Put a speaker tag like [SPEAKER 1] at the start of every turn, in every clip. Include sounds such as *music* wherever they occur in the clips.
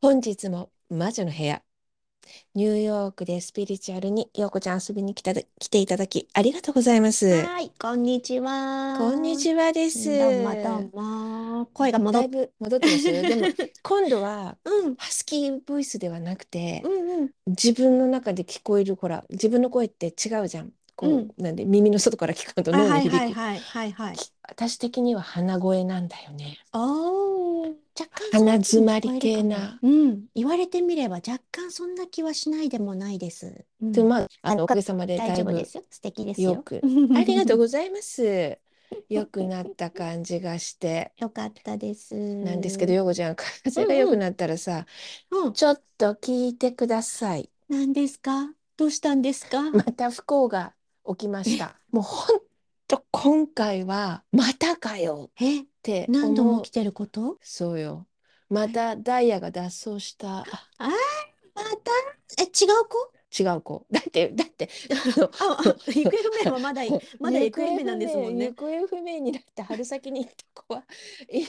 [SPEAKER 1] 本日も魔女の部屋。ニューヨークでスピリチュアルにようこちゃん遊びに来ただ、来ていただきありがとうございます。
[SPEAKER 2] はーい、こんにちは。
[SPEAKER 1] こんにちはです。
[SPEAKER 2] どうもどうも。声が戻
[SPEAKER 1] だい
[SPEAKER 2] っ
[SPEAKER 1] ぶ戻ってますよ。で
[SPEAKER 2] *laughs*
[SPEAKER 1] も今度は
[SPEAKER 2] うん、
[SPEAKER 1] ハスキーボイスではなくて、
[SPEAKER 2] うん、うん。
[SPEAKER 1] 自分の中で聞こえるほら、自分の声って違うじゃん。こう、
[SPEAKER 2] うん
[SPEAKER 1] なんで耳の外から聞くのと
[SPEAKER 2] あ、
[SPEAKER 1] 脳の
[SPEAKER 2] はい、
[SPEAKER 1] 響
[SPEAKER 2] はい、
[SPEAKER 1] き。
[SPEAKER 2] はい、はい、はい。
[SPEAKER 1] 私的には鼻声なんだよね。
[SPEAKER 2] おー、若干
[SPEAKER 1] 鼻
[SPEAKER 2] そ
[SPEAKER 1] 詰
[SPEAKER 2] ん
[SPEAKER 1] ま
[SPEAKER 2] な
[SPEAKER 1] り
[SPEAKER 2] に聞こえ
[SPEAKER 1] 系
[SPEAKER 2] るかも
[SPEAKER 1] な。
[SPEAKER 2] うん、言われてみれば、若干そんな気はしないでもないです。うん
[SPEAKER 1] で、まあ、あの、
[SPEAKER 2] あ
[SPEAKER 1] おかげさまで
[SPEAKER 2] 大
[SPEAKER 1] だい
[SPEAKER 2] 丈夫
[SPEAKER 1] ぶ
[SPEAKER 2] ですよ。素敵ですよ。
[SPEAKER 1] よくありがとう
[SPEAKER 2] う。
[SPEAKER 1] ございます。良くなった感じがして、
[SPEAKER 2] *laughs* よかったです。
[SPEAKER 1] なんですけど、ヨゴちゃん、風が良くなったらさ、
[SPEAKER 2] うん、
[SPEAKER 1] ちょっと聞いてください。
[SPEAKER 2] 何ですか。どうしたんですか。
[SPEAKER 1] また不幸が起きま *laughs* した。もうほんと今回は、またかよっ
[SPEAKER 2] え、
[SPEAKER 1] て
[SPEAKER 2] 何度
[SPEAKER 1] 思
[SPEAKER 2] も
[SPEAKER 1] う
[SPEAKER 2] 来。てること。
[SPEAKER 1] そうよ。またダイヤが脱走した。あ
[SPEAKER 2] また、え、違う子。
[SPEAKER 1] 違う子。だって、だ *laughs* って、あの
[SPEAKER 2] あ、あ行方不明はまだい、まだ行方不明なんですもんね。
[SPEAKER 1] 行方不明になって春先に行った子は、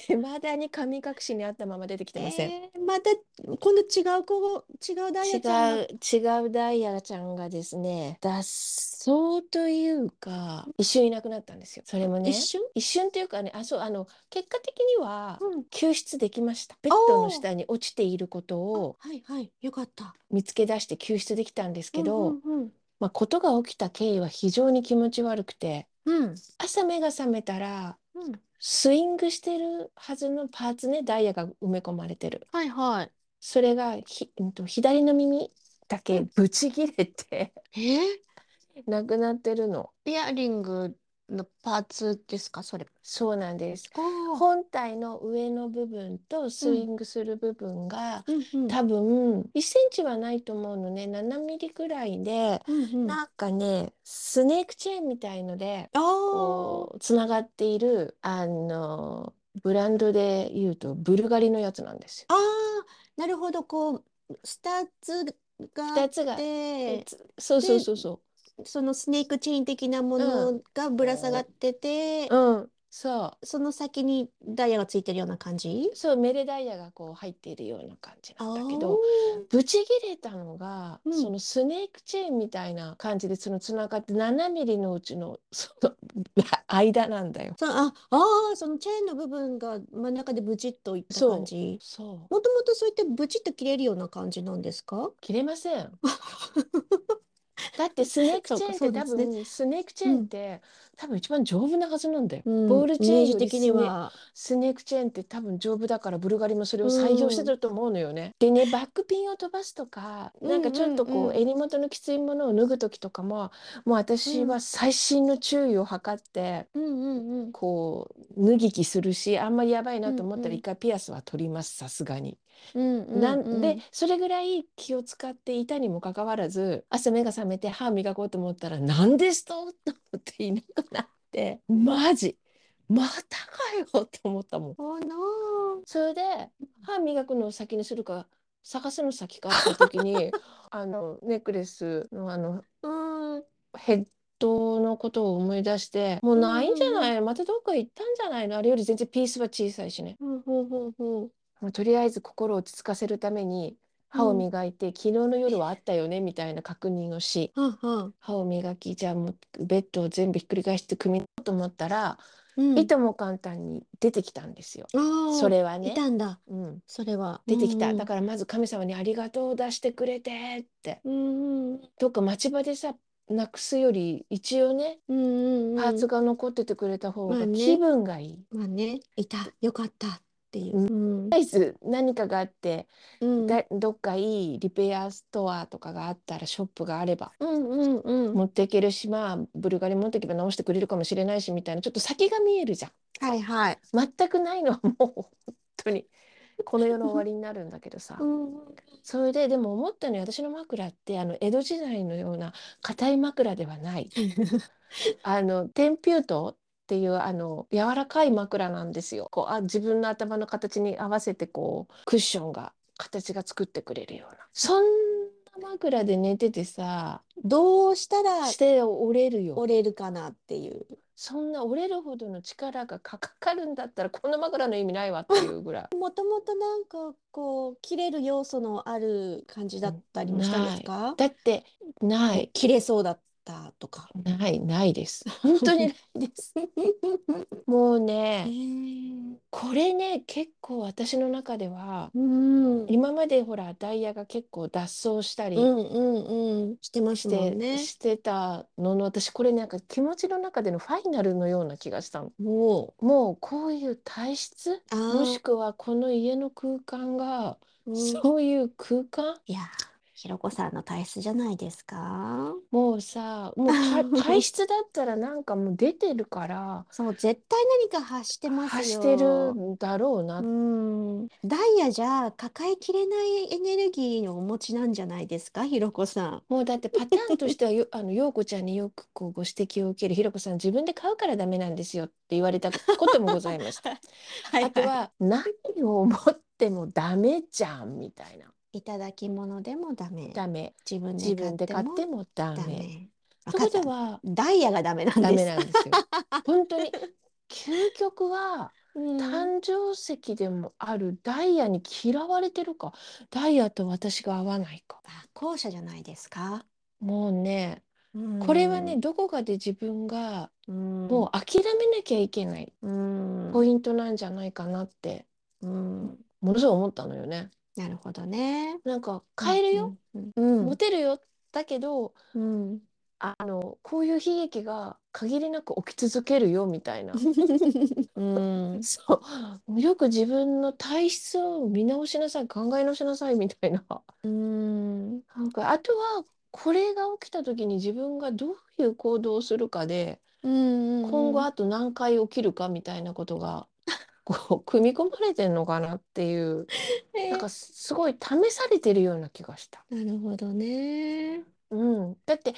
[SPEAKER 1] いまだに神隠しにあったまま出てきてません。
[SPEAKER 2] えーまた今度違う子を違うダイヤちゃんが
[SPEAKER 1] 違う、違うダイヤちゃんがですね、脱走というか、一瞬いなくなったんですよ。それもね
[SPEAKER 2] 一、瞬、
[SPEAKER 1] 一瞬というかね、あ、そう、あの、結果的には
[SPEAKER 2] うん、
[SPEAKER 1] 救出できました。ベッドの下に落ちていることを
[SPEAKER 2] はいはいよかった
[SPEAKER 1] 見つけ出して救出できたんですけど、
[SPEAKER 2] うんうん
[SPEAKER 1] まあ、ことが起きた経緯は非常に気持ち悪くて、
[SPEAKER 2] うんうん
[SPEAKER 1] 朝目が覚めたら、
[SPEAKER 2] うん
[SPEAKER 1] スイングしてるはずのパーツね、ダイヤが埋め込まれてる。
[SPEAKER 2] はいはい
[SPEAKER 1] それがひ、うんと、左の耳だけブチ切れて
[SPEAKER 2] えー
[SPEAKER 1] なくなってるの。
[SPEAKER 2] イヤリングのパーツですかそれ
[SPEAKER 1] そうなんです。
[SPEAKER 2] ほ
[SPEAKER 1] 本体の上の部分とスイングする部分が、
[SPEAKER 2] うんうん
[SPEAKER 1] 多分1センチはないと思うのね、7ミリくらいで、
[SPEAKER 2] うんうんあ
[SPEAKER 1] なんかね、スネークチェーンみたいので、
[SPEAKER 2] ー
[SPEAKER 1] こう、つながっている、あの、ブランドで言うと、ブルガリのやつなんですよ。
[SPEAKER 2] あーなるほどこうスターツがあ
[SPEAKER 1] 2
[SPEAKER 2] っ
[SPEAKER 1] つが、
[SPEAKER 2] て
[SPEAKER 1] つそうそうそうそ
[SPEAKER 2] そのスネークチェーン的なものがぶら下がってて、
[SPEAKER 1] う。うん、そ
[SPEAKER 2] その先にダイヤがついてるような感じ
[SPEAKER 1] う。そう、メレダイヤがこう入っているような感じなんだけど、ブチ切れたのが、
[SPEAKER 2] うん
[SPEAKER 1] そのスネークチェーンみたいな感じでそのつながって7ミリのうちのその *laughs* 間なんだよ。
[SPEAKER 2] そああーそのチェーンの部分が真ん中でブチッといった
[SPEAKER 1] そう
[SPEAKER 2] 感じ
[SPEAKER 1] そう。
[SPEAKER 2] もともとそういったブチッと切れるような感じなんですか
[SPEAKER 1] 切れませ
[SPEAKER 2] *laughs*
[SPEAKER 1] ん。だってスネークチェーンっ
[SPEAKER 2] そう
[SPEAKER 1] て
[SPEAKER 2] そうで
[SPEAKER 1] 多
[SPEAKER 2] すね
[SPEAKER 1] 分、スネークチェーンって多分一番丈夫なはずなんだよ。
[SPEAKER 2] うん
[SPEAKER 1] ボールチェーン
[SPEAKER 2] イメ
[SPEAKER 1] よ
[SPEAKER 2] ージ
[SPEAKER 1] りス
[SPEAKER 2] 的
[SPEAKER 1] ネ
[SPEAKER 2] には
[SPEAKER 1] スネークチェーンって多分丈夫だからブルガリもそれを採用してると思うのよね。でねバックピンを飛ばすとか
[SPEAKER 2] うん
[SPEAKER 1] なんかちょっとこ
[SPEAKER 2] うんう
[SPEAKER 1] うん襟元のきついものを脱ぐ時とかももう私は細心の注意を図って
[SPEAKER 2] うんうんうん
[SPEAKER 1] こう脱ぎ着するしあんまりやばいなと思った
[SPEAKER 2] うん
[SPEAKER 1] ら
[SPEAKER 2] うん
[SPEAKER 1] 一回ピアスは取りますさすがに。
[SPEAKER 2] うんうん
[SPEAKER 1] なん
[SPEAKER 2] う
[SPEAKER 1] で
[SPEAKER 2] ん
[SPEAKER 1] それぐらい気を使っていたにもかかわらず朝目が覚めて歯磨こうと思ったらなんですとと思っていなくなってマジまたかよと思ったもん。
[SPEAKER 2] Oh no
[SPEAKER 1] それで歯磨くのを先にするか探すの先かって時
[SPEAKER 2] *laughs*
[SPEAKER 1] にあのネックレスのあの
[SPEAKER 2] うん
[SPEAKER 1] ヘッドのことを思い出してもうないんじゃないまたどっか行ったんじゃないのあれより全然ピースは小さいしね、
[SPEAKER 2] ほうほうほうほう
[SPEAKER 1] まあとりあえず心を落ち着かせるために歯を磨いて、昨日の夜はあったよねみたいな確認をし
[SPEAKER 2] はあは
[SPEAKER 1] 歯を磨きじゃあもうベッドを全部ひっくり返して組みようと思ったら、
[SPEAKER 2] あうん
[SPEAKER 1] いとも簡単に出てきたんですよ。
[SPEAKER 2] あー
[SPEAKER 1] それはいね、
[SPEAKER 2] たんだ
[SPEAKER 1] うん、
[SPEAKER 2] それは
[SPEAKER 1] 出てきた、
[SPEAKER 2] うんうん
[SPEAKER 1] だからまず神様に「ありがとうを出してくれて」って
[SPEAKER 2] うんうん
[SPEAKER 1] どっか町場でさなくすより一応ね
[SPEAKER 2] うんうんうん
[SPEAKER 1] パーツが残っててくれた方
[SPEAKER 2] ま
[SPEAKER 1] が
[SPEAKER 2] あね
[SPEAKER 1] 気分がいい。
[SPEAKER 2] まあねいたよかったっていううん
[SPEAKER 1] とりあえず何かがあって、
[SPEAKER 2] うん
[SPEAKER 1] だどっかいいリペアストアとかがあったらショップがあれば
[SPEAKER 2] うんうんうん
[SPEAKER 1] 持っていけるしまあブルガリ持っていけば直してくれるかもしれないしみたいなちょっと先が見えるじゃん。
[SPEAKER 2] はいはい。
[SPEAKER 1] 全くないのはもう本当 *laughs* にこの世の終わりになるんだけどさ。それででも思ったのよ私の枕ってあの江戸時代のような硬い枕ではない
[SPEAKER 2] *laughs*
[SPEAKER 1] あの天平刀っていうあの柔らかい枕なんですよこうあ自分の頭の形に合わせてこうクッションが形が作ってくれるようなそん枕で寝ててさ、
[SPEAKER 2] どうしたら
[SPEAKER 1] して折れるよ。
[SPEAKER 2] 折れるかなっていう。
[SPEAKER 1] そんな折れるほどの力がかかるんだったらこの枕の意味ないわっていう
[SPEAKER 2] *laughs*
[SPEAKER 1] ぐらい。
[SPEAKER 2] もともとなんかこう切れる要素のある感じだったりもしたんですか
[SPEAKER 1] だってない
[SPEAKER 2] 切れそうだったとか。
[SPEAKER 1] ないないです。本当にないです。もうねこれね結構私の中では
[SPEAKER 2] うん。
[SPEAKER 1] 今までほらダイヤが結構脱走したり
[SPEAKER 2] うんうんうん。してまし
[SPEAKER 1] した
[SPEAKER 2] も
[SPEAKER 1] て,、
[SPEAKER 2] んね。
[SPEAKER 1] してたのの私これなんか気持ちの中でのファイナルのような気がしたの。
[SPEAKER 2] も
[SPEAKER 1] もうこういう体質
[SPEAKER 2] う。あ
[SPEAKER 1] も
[SPEAKER 2] ー
[SPEAKER 1] しくはこの家の空間が
[SPEAKER 2] うん
[SPEAKER 1] そういう空間
[SPEAKER 2] いや、ひろこさんの体質じゃないですか。
[SPEAKER 1] もうさもう
[SPEAKER 2] *laughs*
[SPEAKER 1] か体質だったらなんかもう出てるから
[SPEAKER 2] そう、絶対何か発してます
[SPEAKER 1] 発し
[SPEAKER 2] よ。
[SPEAKER 1] てる。んだろうなっ
[SPEAKER 2] うん。ダイヤじゃ抱えきれないエネルギーをお持ちなんじゃないですか、ひろこさん。
[SPEAKER 1] もうだってパターンとしてはよ *laughs* あの陽子ちゃんによくこうご指摘を受けるひろこさん自分で買うからダメなんですよって言われたこともございました。
[SPEAKER 2] *laughs* は
[SPEAKER 1] あとは何を持ってもダメじゃんみたいな。
[SPEAKER 2] いただき物でもダメ。
[SPEAKER 1] ダメ。
[SPEAKER 2] 自分
[SPEAKER 1] 自分で買って
[SPEAKER 2] も
[SPEAKER 1] もダ
[SPEAKER 2] ダ
[SPEAKER 1] メ。
[SPEAKER 2] メ。
[SPEAKER 1] ということは
[SPEAKER 2] ダイヤがダメなん
[SPEAKER 1] ダ
[SPEAKER 2] で
[SPEAKER 1] メ
[SPEAKER 2] す。
[SPEAKER 1] なん
[SPEAKER 2] *laughs*
[SPEAKER 1] ですよ。本当に究極は
[SPEAKER 2] うん、
[SPEAKER 1] 誕生石でもあるダイヤに嫌われてるかダイヤと私が合わないか。
[SPEAKER 2] あ後者じゃないですか。
[SPEAKER 1] もうね
[SPEAKER 2] うん
[SPEAKER 1] これはね、どこかで自分が
[SPEAKER 2] うん、
[SPEAKER 1] もう諦めなきゃいけない。
[SPEAKER 2] うん、
[SPEAKER 1] ポイントなんじゃないかなって
[SPEAKER 2] うん、
[SPEAKER 1] ものすごい思ったのよね。
[SPEAKER 2] なるほどね。
[SPEAKER 1] なんか変えるよ、
[SPEAKER 2] うん。うん、
[SPEAKER 1] モテるよだけど *laughs*
[SPEAKER 2] うん、
[SPEAKER 1] あのこういう悲劇が限りなく起き続けるよみたいな
[SPEAKER 2] うん、
[SPEAKER 1] そうよく自分の体質を見直しなさい考え直しなさいみたいな
[SPEAKER 2] うん、
[SPEAKER 1] なんかあとはこれが起きた時に自分がどういう行動をするかで
[SPEAKER 2] うん、
[SPEAKER 1] 今後あと何回起きるかみたいなことがこう組み込まれてんのかなっていう
[SPEAKER 2] え
[SPEAKER 1] なんかすごい試されてるような気がした。
[SPEAKER 2] なるほどね。
[SPEAKER 1] うん、だって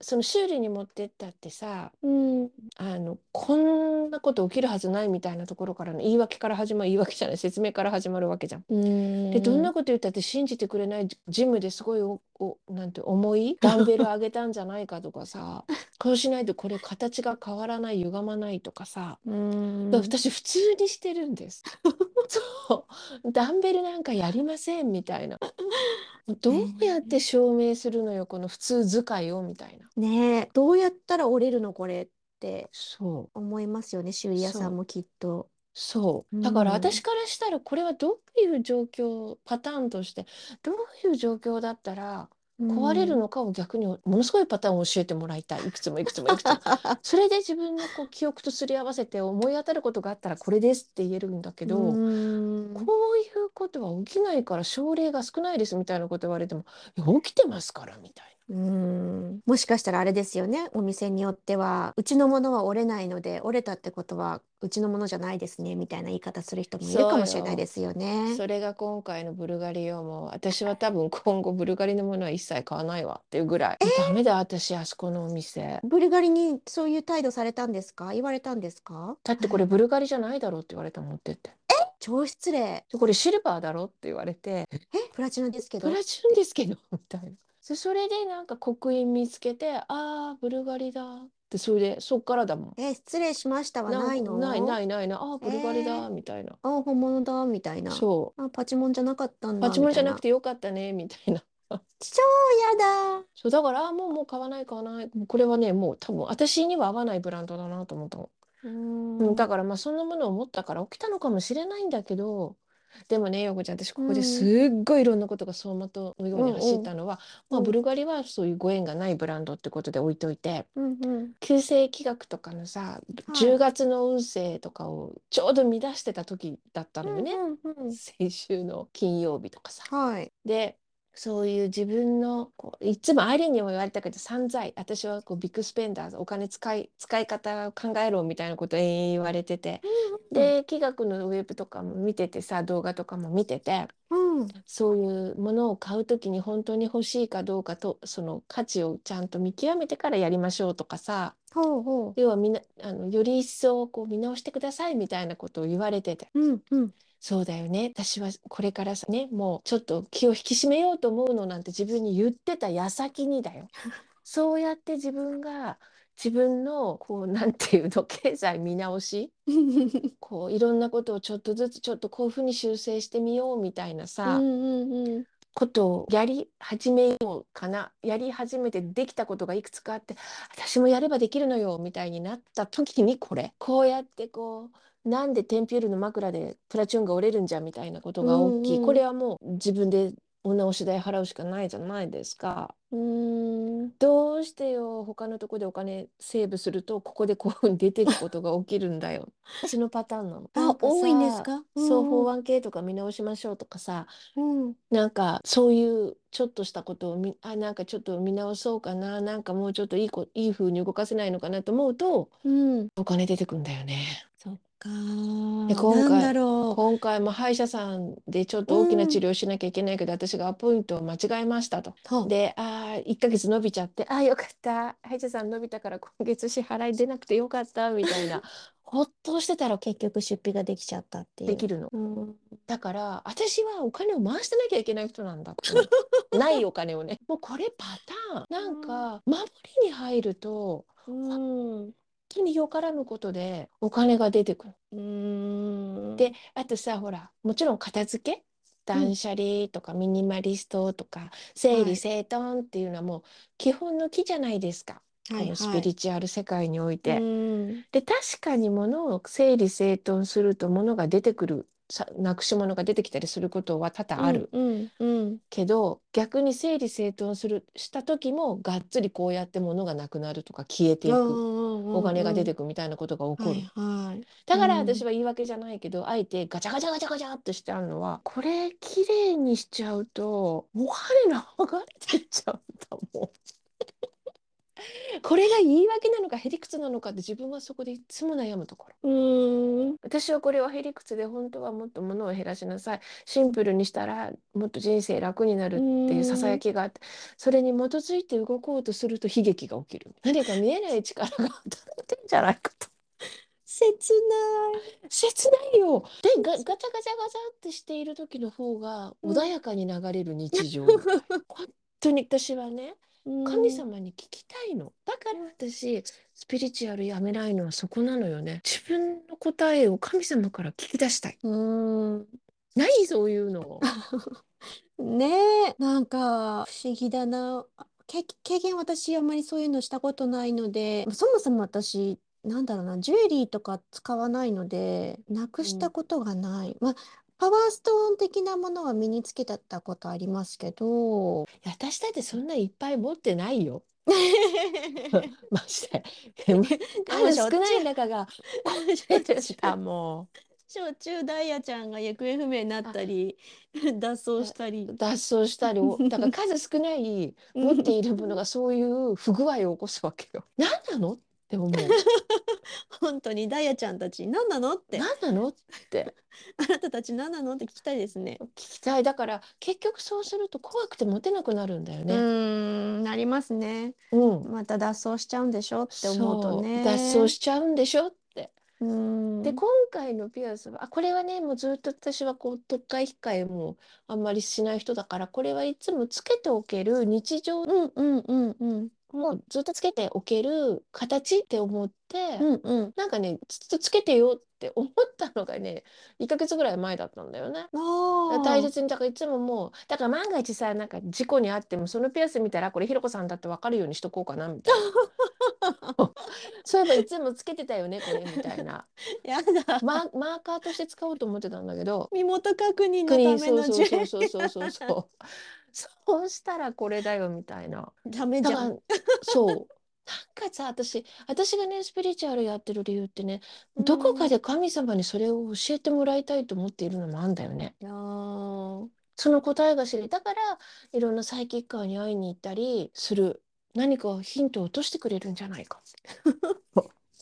[SPEAKER 1] その修理に持ってったってさ
[SPEAKER 2] うん、
[SPEAKER 1] あのこんなこと起きるはずないみたいなところからの言い訳から始まる言い訳じゃない説明から始まるわけじゃん。
[SPEAKER 2] うん、
[SPEAKER 1] でどんなこと言ったって信じてくれないジジムですごいおおなんて重いダンベル上げたんじゃないかとか
[SPEAKER 2] *laughs*
[SPEAKER 1] さこうしないとこれ形が変わらない歪まないとかさ
[SPEAKER 2] うん、
[SPEAKER 1] だから私普通にしてるんです
[SPEAKER 2] *laughs*
[SPEAKER 1] そうダンベルなんかやりませんみたい
[SPEAKER 2] *laughs*
[SPEAKER 1] などうやって証明するのよこの普通使いをみたいな
[SPEAKER 2] ねえ、どうやったら折れるのこれって
[SPEAKER 1] そう
[SPEAKER 2] 思いますよね、修理屋さんもきっと。
[SPEAKER 1] そう
[SPEAKER 2] うん
[SPEAKER 1] だから私からしたらこれはどういう状況パターンとしてどういう状況だったら壊れるのかを逆にものすごいパターンを教えてもらいたいいくつもいくつもいくつ
[SPEAKER 2] *laughs*
[SPEAKER 1] もそれで自分のこう記憶とすり合わせて思い当たることがあったらこれですって言えるんだけ
[SPEAKER 2] け
[SPEAKER 1] ど、
[SPEAKER 2] うん、
[SPEAKER 1] こういうことは起きないから症例が少ないですみたいなこと言われてもいや起きてますからみたい
[SPEAKER 2] うんもしかしたらあれですよね、お店によっては、うちのものは折れないので、折れたってことは、うちのものじゃないですね、みたいな言い方する人もいるかもしれないですよ
[SPEAKER 1] な、
[SPEAKER 2] ね。
[SPEAKER 1] それが今回のブルガリをもう私は多分今後ブルガリのものは一切買わないわっていうぐらい、ダメだ私あそこのお店
[SPEAKER 2] ブルガリにそういう態度されたんですか言われたんですか
[SPEAKER 1] だってこれブルガリじゃないだろうって言われて持ってって
[SPEAKER 2] 超失礼。
[SPEAKER 1] でこれシルバーだろって言われて
[SPEAKER 2] えプラチナですけど
[SPEAKER 1] プ。ラチューンですけどみたいなそそれでなんか刻印見つけてああブルガリだってそれでそっからだもん
[SPEAKER 2] え、失礼しましたはないの。
[SPEAKER 1] ないないいないないああブルガリ
[SPEAKER 2] え
[SPEAKER 1] だ
[SPEAKER 2] ー
[SPEAKER 1] みたいな、
[SPEAKER 2] あ、本物だ、みたいな。
[SPEAKER 1] そ
[SPEAKER 2] あ、パチモンじゃなかったん
[SPEAKER 1] う
[SPEAKER 2] だ、
[SPEAKER 1] パチモンじゃなく
[SPEAKER 2] て。
[SPEAKER 1] てよかったねみたいな *laughs*
[SPEAKER 2] 超やだ。
[SPEAKER 1] そうだからあーもうもう買わない買わないもうこれはねもう多分私には合わないブランドだなと思ったの、
[SPEAKER 2] う
[SPEAKER 1] うんん、だからまあそんなものを持ったから起きたのかもしれないんだけどでもね陽子ちゃん私ここ
[SPEAKER 2] う
[SPEAKER 1] で
[SPEAKER 2] ん
[SPEAKER 1] すっごいいろんなことが相馬とのように走ったのは、ま
[SPEAKER 2] う
[SPEAKER 1] あ、
[SPEAKER 2] ん
[SPEAKER 1] ブルガリはそういうご縁がないブランドってことで置いといて、
[SPEAKER 2] うんうん。
[SPEAKER 1] 旧星気学とかのさ、
[SPEAKER 2] い
[SPEAKER 1] 10月の運勢とかをちょうど見出してた時だったのよね、
[SPEAKER 2] うんうんうん
[SPEAKER 1] 先週の金曜日とかさ。
[SPEAKER 2] はい。
[SPEAKER 1] でそういう自分のこういつもアイリーンにも言われたけど散財私はこうビッグスペンダーズお金使い使い方を考えろみたいなことを永遠言われてて、で気学のウェブとかも見ててさ動画とかも見てて
[SPEAKER 2] うん。
[SPEAKER 1] そういうものを買う時に本当に欲しいかどうかとその価値をちゃんと見極めてからやりましょうとかさ
[SPEAKER 2] ほうほ
[SPEAKER 1] 要はみなあのより一層こう見直してくださいみたいなことを言われてて
[SPEAKER 2] う。うんうん。
[SPEAKER 1] そうだよね。私はこれからさね、もうちょっと気を引き締めようと思うのなんて自分に言ってた矢先にだよ。そうやって自分が自分のこうなんていうの経済見直しこういろんなことをちょっとずつちょっとこういうふうに修正してみようみたいなさ、
[SPEAKER 2] うんうんうん。
[SPEAKER 1] ことをやり始めようかなやり始めてできたことがいくつかあって私もやればできるのよみたいになった時にこれこうやってこうなんでテンピュールの枕でプラチューンが折れるんじゃみたいなことが大きい、
[SPEAKER 2] うんうん
[SPEAKER 1] これはもう自分でお直し代払うしかないじゃないですか。
[SPEAKER 2] うーん。
[SPEAKER 1] どうしてよ他のとこでお金セーブするとここでこういうふうに出てくことが起きるんだ
[SPEAKER 2] *laughs*
[SPEAKER 1] よ。そのパターンなの。な
[SPEAKER 2] あ、
[SPEAKER 1] かさ
[SPEAKER 2] 多いんですか
[SPEAKER 1] そう
[SPEAKER 2] は。
[SPEAKER 1] 401K とか見直しましょうとかさ
[SPEAKER 2] うん。
[SPEAKER 1] なんかそういうちょっとしたことをみあなんかちょっと見直そうかななんかもうちょっといいこいい風に動かせないのかなと思うと
[SPEAKER 2] うん。
[SPEAKER 1] お金出てくんだよね。
[SPEAKER 2] そっか
[SPEAKER 1] で
[SPEAKER 2] ー。
[SPEAKER 1] 今回
[SPEAKER 2] なんだろ
[SPEAKER 1] 今回も歯医者さんでちょっと大きな治療しなきゃいけないけど、私がアポイントを間違えましたと。
[SPEAKER 2] う。は
[SPEAKER 1] であー1ヶ月延びちゃってあーよかった歯医者さん延びたから今月支払い出なくてよかったみたいなほっとしてたら
[SPEAKER 2] 結局出費ができちゃったっていう。
[SPEAKER 1] できるの。
[SPEAKER 2] うん。
[SPEAKER 1] だから私はお金を回してなきゃいけない人なんだと思
[SPEAKER 2] *laughs*
[SPEAKER 1] うないお金をねもうこれパターンなんか守りに入ると
[SPEAKER 2] うん。
[SPEAKER 1] 本当によからぬことでお金が出てくる。
[SPEAKER 2] うん。
[SPEAKER 1] であとさほらもちろん片付け断捨離とかミニマリストとか整
[SPEAKER 2] はい
[SPEAKER 1] 理整頓っていうのはもう基本の木じゃないですか、
[SPEAKER 2] はい
[SPEAKER 1] このス
[SPEAKER 2] は
[SPEAKER 1] ピ
[SPEAKER 2] い。
[SPEAKER 1] リチュアル世界において。
[SPEAKER 2] うん。
[SPEAKER 1] で確かに物を整理整頓すると物が出てくるさなくし物が出てきたりすることは多々ある。
[SPEAKER 2] うん。うん。
[SPEAKER 1] けど逆に整理整頓するした時もがっつりこうやって物がなくなるとか消えていくお
[SPEAKER 2] お
[SPEAKER 1] 金が出て
[SPEAKER 2] く
[SPEAKER 1] くみたいなことが起こ
[SPEAKER 2] は
[SPEAKER 1] る
[SPEAKER 2] いはい。
[SPEAKER 1] だから
[SPEAKER 2] うん
[SPEAKER 1] 私は言い訳じゃないけどあえてガチャガチャガチャガチャってしてあるのはこれ綺麗にしちゃうとお金が流れてっちゃうんだもん。これが言い訳なのかへりくつなのかって自分はそこでいつも悩むところ。
[SPEAKER 2] うん。
[SPEAKER 1] 私はこれはへりくつで本当はもっと物を減らしなさいシンプルにしたらもっと人生楽になるっていうささやきがあってそれに基づいて動こうとすると悲劇が起きる何か見えない力が働いてんじゃないかと
[SPEAKER 2] 切
[SPEAKER 1] *laughs* 切ないよでガガチャガチャガチャってしている時の方が穏やかに流れる日 *laughs* 常、本
[SPEAKER 2] ない。
[SPEAKER 1] 当に私はね
[SPEAKER 2] うん
[SPEAKER 1] 神様に聞きたいのだから私スピリチュアルやめないのはそこなのよね自分の答えを神様から聞き出したい
[SPEAKER 2] うん。
[SPEAKER 1] ないそういう *laughs* の
[SPEAKER 2] ねえ、なんか不思議だな。け、経験私あんまりそういうのしたことないので、そもそも私、なんだろうな、ジュエリーとか使わないので、なくしたことがない。まあ、パワーストーン的なものは身につけたことありますけ *laughs* ど、
[SPEAKER 1] 私だってそんないっぱい持ってないよまして *laughs*
[SPEAKER 2] あの
[SPEAKER 1] 数
[SPEAKER 2] しょ
[SPEAKER 1] 少
[SPEAKER 2] っちゅう
[SPEAKER 1] ない中が
[SPEAKER 2] *laughs*
[SPEAKER 1] 出てきたも
[SPEAKER 2] しょっちゅうダイヤちゃんが行方不明になったり、脱走したり
[SPEAKER 1] う。脱走したり *laughs* おだから数少ない持っているものがそういう不具合を起こすわけよ *laughs* 何なのって *laughs* 思う
[SPEAKER 2] 本当にダイヤちゃんたち何なのって、
[SPEAKER 1] 何なの
[SPEAKER 2] あなたたち何なのって聞きたいですね。
[SPEAKER 1] 聞きたいだから結局そうすると怖くて持てなくなるんだよ
[SPEAKER 2] うー
[SPEAKER 1] ね
[SPEAKER 2] ん、なりますね。
[SPEAKER 1] うん、
[SPEAKER 2] また脱走しちゃうんでしょって思うとね。
[SPEAKER 1] そう脱走しちゃうんでしょって
[SPEAKER 2] うーん。
[SPEAKER 1] で今回のピアスはあこれはねもうずっと私はこう特会控えもあんまりしない人だからこれはいつもつけておける日常
[SPEAKER 2] うんうんうんうん。
[SPEAKER 1] もうずっとつけておける形って思って、
[SPEAKER 2] うんうん。
[SPEAKER 1] なんかねずっとつけてよって思ったのがね1ヶ月ぐらい前だったんだよね。
[SPEAKER 2] ああ。
[SPEAKER 1] 大切にだからいつももうだから万が一さなんか事故にあってもそのピアス見たらこれひろこさんだって分かるようにしとこうかなみたいな *laughs* そういえばいつもつけてたよねこれみたいな
[SPEAKER 2] やだ。
[SPEAKER 1] マーマーカーとして使おうと思ってたんだけ
[SPEAKER 2] *laughs*
[SPEAKER 1] ど
[SPEAKER 2] 身元確認の
[SPEAKER 1] 国
[SPEAKER 2] ための
[SPEAKER 1] そう
[SPEAKER 2] ジュ
[SPEAKER 1] そ
[SPEAKER 2] エ
[SPEAKER 1] うそうそうそうそうそう *laughs* そうしたらこれだよみたいな
[SPEAKER 2] ダメ
[SPEAKER 1] だ
[SPEAKER 2] じ
[SPEAKER 1] か
[SPEAKER 2] ゃ
[SPEAKER 1] ら
[SPEAKER 2] ん。
[SPEAKER 1] そうなんかさ私私がねスピリチュアルやってる理由ってねどこかで神様にそれを教えてもらいたいと思っているのもあんだよね。
[SPEAKER 2] うん。ああ。
[SPEAKER 1] その答えが知りたからいろんなサイキッカーに会いに行ったりする何かヒントを落としてくれるんじゃない
[SPEAKER 2] *laughs*
[SPEAKER 1] か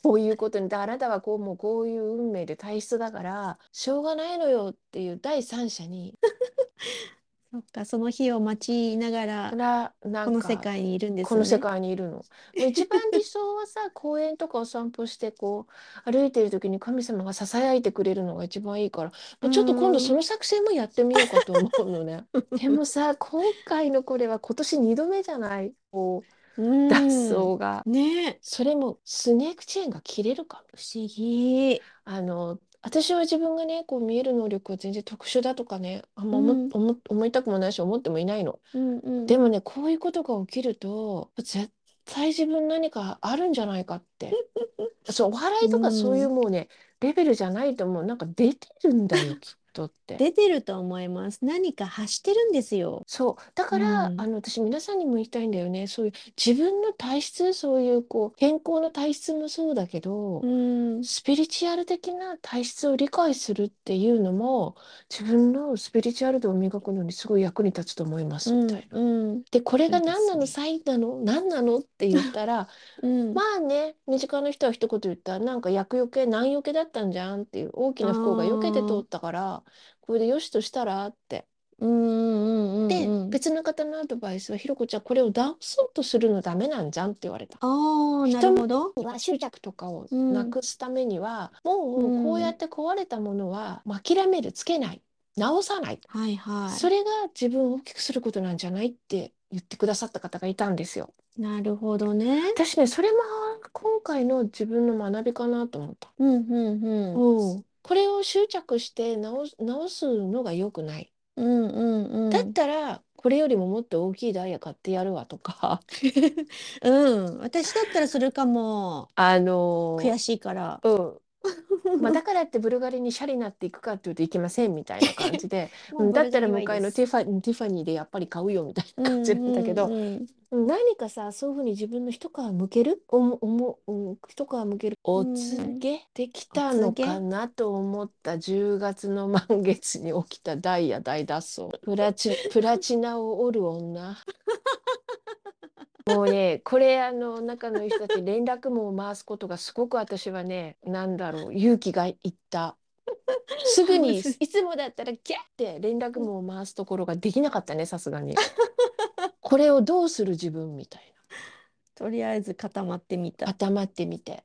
[SPEAKER 1] こういうことにであなたはこうもうこういう運
[SPEAKER 2] *laughs*
[SPEAKER 1] 命で体質だからしょうがないのよっていう第三者に
[SPEAKER 2] そっか、その日を待ちながら、
[SPEAKER 1] らなん
[SPEAKER 2] この世
[SPEAKER 1] か
[SPEAKER 2] 界にいるんです
[SPEAKER 1] この世
[SPEAKER 2] ね。
[SPEAKER 1] 界に
[SPEAKER 2] *laughs*
[SPEAKER 1] いるの。一番理想はさ、公園とかお散歩してこう歩いてる時に神様がささやいてくれるのが一番いいから、まあちょっと今度その作戦もやってみようかと思うの
[SPEAKER 2] *laughs*
[SPEAKER 1] ね。でもさ、今回のこれは今年2度目じゃない、こう脱走が。
[SPEAKER 2] うん。ねえ、
[SPEAKER 1] それもスネークチェーンが切れるかも。
[SPEAKER 2] 不思議。
[SPEAKER 1] あの私は自分がねこう見える能力は全然特殊だとかねあんま
[SPEAKER 2] うん
[SPEAKER 1] 思,、思思いたくもないし思ってもいないの。
[SPEAKER 2] うんうん。
[SPEAKER 1] でもねこういうことが起きると絶対自分何かあるんじゃないかって
[SPEAKER 2] *laughs*
[SPEAKER 1] そうお祓いとかそういうもうねレベルじゃないと思うなんか出てるんだよきっとって。
[SPEAKER 2] 出てると思います。何か発してるんですよ。
[SPEAKER 1] そうだから、
[SPEAKER 2] うん
[SPEAKER 1] あの私皆さんにも言いたいんだよねそういう自分の体質そういうこう健康の体質もそうだけど、
[SPEAKER 2] うん。
[SPEAKER 1] スピリチュアル的な体質を理解するっていうのも自分のスピリチュアル度を磨くのにすごい役に立つと思いますみたいな。
[SPEAKER 2] うん。
[SPEAKER 1] でこれが
[SPEAKER 2] そうです
[SPEAKER 1] 何
[SPEAKER 2] ね
[SPEAKER 1] なのサインなの何なのって言ったら
[SPEAKER 2] うん。
[SPEAKER 1] まあね身近な人は一言言ったらなんか厄除け難除けだったんじゃんっていう大きな不幸が避けて通ったからこれでよしとしたらって。
[SPEAKER 2] うんうんうんうん。
[SPEAKER 1] で別の方のアドバイスはひろこちゃんこれを直そうとするのダメなんじゃんって言われた。
[SPEAKER 2] ああ、なるほど。
[SPEAKER 1] は執着とかをなくすためには、もうこうやって壊れたものはもう諦めるつけない直さない、
[SPEAKER 2] はいは
[SPEAKER 1] それが自分を大きくすることなんじゃないって言ってくださった方がいたんですよ。
[SPEAKER 2] い。なるほどね。
[SPEAKER 1] 私ねそれも今回の自分の学びかなと思った。
[SPEAKER 2] うんうんうん。
[SPEAKER 1] うんこれを執着して直す直すのが良くない。
[SPEAKER 2] うんうんうん。
[SPEAKER 1] だったらこれよりももっと大きいダイヤ買ってやるわとか *laughs*
[SPEAKER 2] うん。私だったらするかも。
[SPEAKER 1] あのー
[SPEAKER 2] 悔しいから。
[SPEAKER 1] うん。 *laughs* まあだからってブルガリにシャリなっていくかっていうといけませんみたいな感じ
[SPEAKER 2] *laughs*
[SPEAKER 1] で、うんだったら向かいのティファティファニーでやっぱり買うよみたいな感じなんだけど、
[SPEAKER 2] うんうんうん
[SPEAKER 1] うん何かさそういうふうに自分の一皮むけるおもおも、うん、一皮むけるお告げできたのかなと思った10月の満月に起きたダイヤ大脱走プラ *laughs* チプラチナを折る女もうねこれあの中の人たち連絡網を回すことがすごく私はねなんだろう勇気がいった。すぐにいつもだったらギャって連絡網を回すところができなかったねさすがに。これをどうする自分みたい
[SPEAKER 2] とりあえず固まってみ
[SPEAKER 1] な
[SPEAKER 2] た。
[SPEAKER 1] 固まってみ
[SPEAKER 2] *laughs*
[SPEAKER 1] て、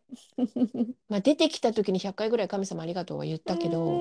[SPEAKER 1] まあ、出てきた時に100回ぐらい「神様ありがとう」は言ったけど、
[SPEAKER 2] う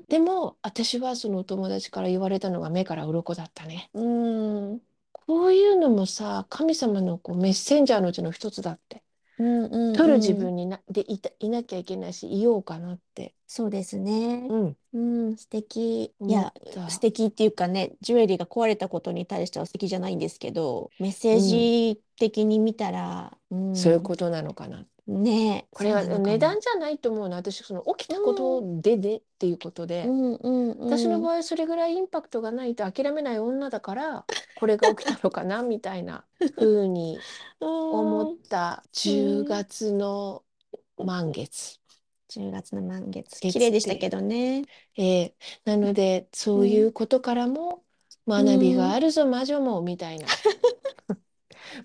[SPEAKER 2] ん
[SPEAKER 1] でも私はそのお友達から言われたのが目から鱗だったね
[SPEAKER 2] うん
[SPEAKER 1] こういうのもさ神様のこうメッセンジャーのうちの一つだって
[SPEAKER 2] うんうん。
[SPEAKER 1] 取る自分になでいたいなきゃいけないしいようかなって、
[SPEAKER 2] そうですね。
[SPEAKER 1] うん、
[SPEAKER 2] うん、素敵。い
[SPEAKER 1] 思
[SPEAKER 2] や
[SPEAKER 1] っ、た
[SPEAKER 2] 素敵っていうかね、ジュエリーが壊れたことに対しては素敵じゃないんですけど、メッセージ的に見たら、うん
[SPEAKER 1] そういうことなのかな、
[SPEAKER 2] ねえ、
[SPEAKER 1] これは
[SPEAKER 2] そうなのかも
[SPEAKER 1] 値段じゃないと思うの私その起きたことででっていうことで。
[SPEAKER 2] うんうんうん。
[SPEAKER 1] 私の場合それぐらいインパクトがないと諦めない女だからこれが起きたのかなみたいな風に思
[SPEAKER 2] 思
[SPEAKER 1] った10月の満月。
[SPEAKER 2] 10月の満月、
[SPEAKER 1] 月
[SPEAKER 2] 綺麗でしたけどね。
[SPEAKER 1] えーなのでそういうことからも学びがあるぞ魔女もみたいな。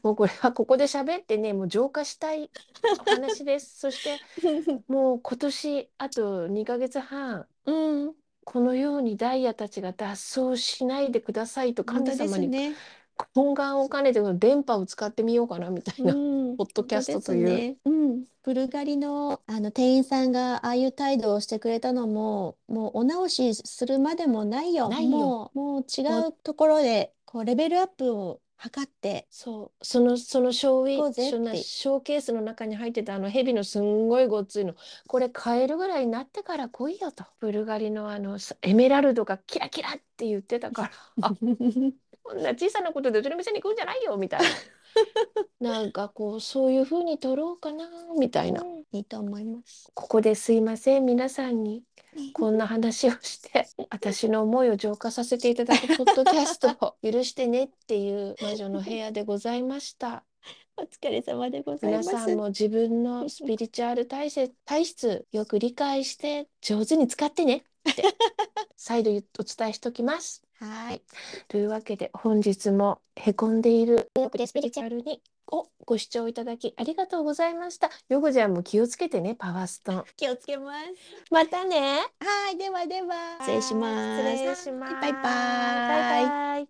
[SPEAKER 1] もうこれはここで喋ってねもう浄化したいお話です。 *laughs* そしてもう今年あと2ヶ月半
[SPEAKER 2] うん、
[SPEAKER 1] このようにダイヤたちが脱走しないでくださいと
[SPEAKER 2] 本
[SPEAKER 1] 神
[SPEAKER 2] 当で
[SPEAKER 1] 様
[SPEAKER 2] す
[SPEAKER 1] に
[SPEAKER 2] ね。
[SPEAKER 1] 懇願を兼ねてこの電波を使ってみようかなみたいな、
[SPEAKER 2] うん
[SPEAKER 1] ポッドキャストと
[SPEAKER 2] 本当です
[SPEAKER 1] い
[SPEAKER 2] ねうん、ブルガリの、あの店員さんがああいう態度をしてくれたのも、もうお直しするまでもないよ。
[SPEAKER 1] ないよ
[SPEAKER 2] もう、もう違うところで、こうレベルアップを図って。
[SPEAKER 1] そうそのそのショーウィ
[SPEAKER 2] こうぜ
[SPEAKER 1] そんな
[SPEAKER 2] って
[SPEAKER 1] ショーケースの中に入ってたあのヘビのすんごいごっついのこれ買えるぐらいになってから来いよとブルガリのあのエメラルドがキラキラって言ってた
[SPEAKER 2] *laughs*
[SPEAKER 1] からあこんな小さなことでうちの店に来るんじゃないよみたい
[SPEAKER 2] *laughs*
[SPEAKER 1] ななんかこうそういう風に取ろうかなみたいな。
[SPEAKER 2] いいと思います。
[SPEAKER 1] ここですいません皆さんにこんな話をして私の思いを浄化させていただくポッドキャストを許してねっていう魔女の部屋でございました
[SPEAKER 2] お疲れ様でございま
[SPEAKER 1] 皆
[SPEAKER 2] す。
[SPEAKER 1] さんも自分のスピリチュアル体質体質よく理解して上手に使ってね *laughs* って再度お伝えしときます
[SPEAKER 2] はい。
[SPEAKER 1] というわけで本日もへこんでいる
[SPEAKER 2] よくで
[SPEAKER 1] スピリチュアルにをご視聴いただきありがとうございましたヨコちゃんも気をつけてねパワーストーン
[SPEAKER 2] 気をつけます。
[SPEAKER 1] またね
[SPEAKER 2] はい、ではでは。
[SPEAKER 1] 失礼します。
[SPEAKER 2] 失礼します。バイバイ。
[SPEAKER 1] バイバイ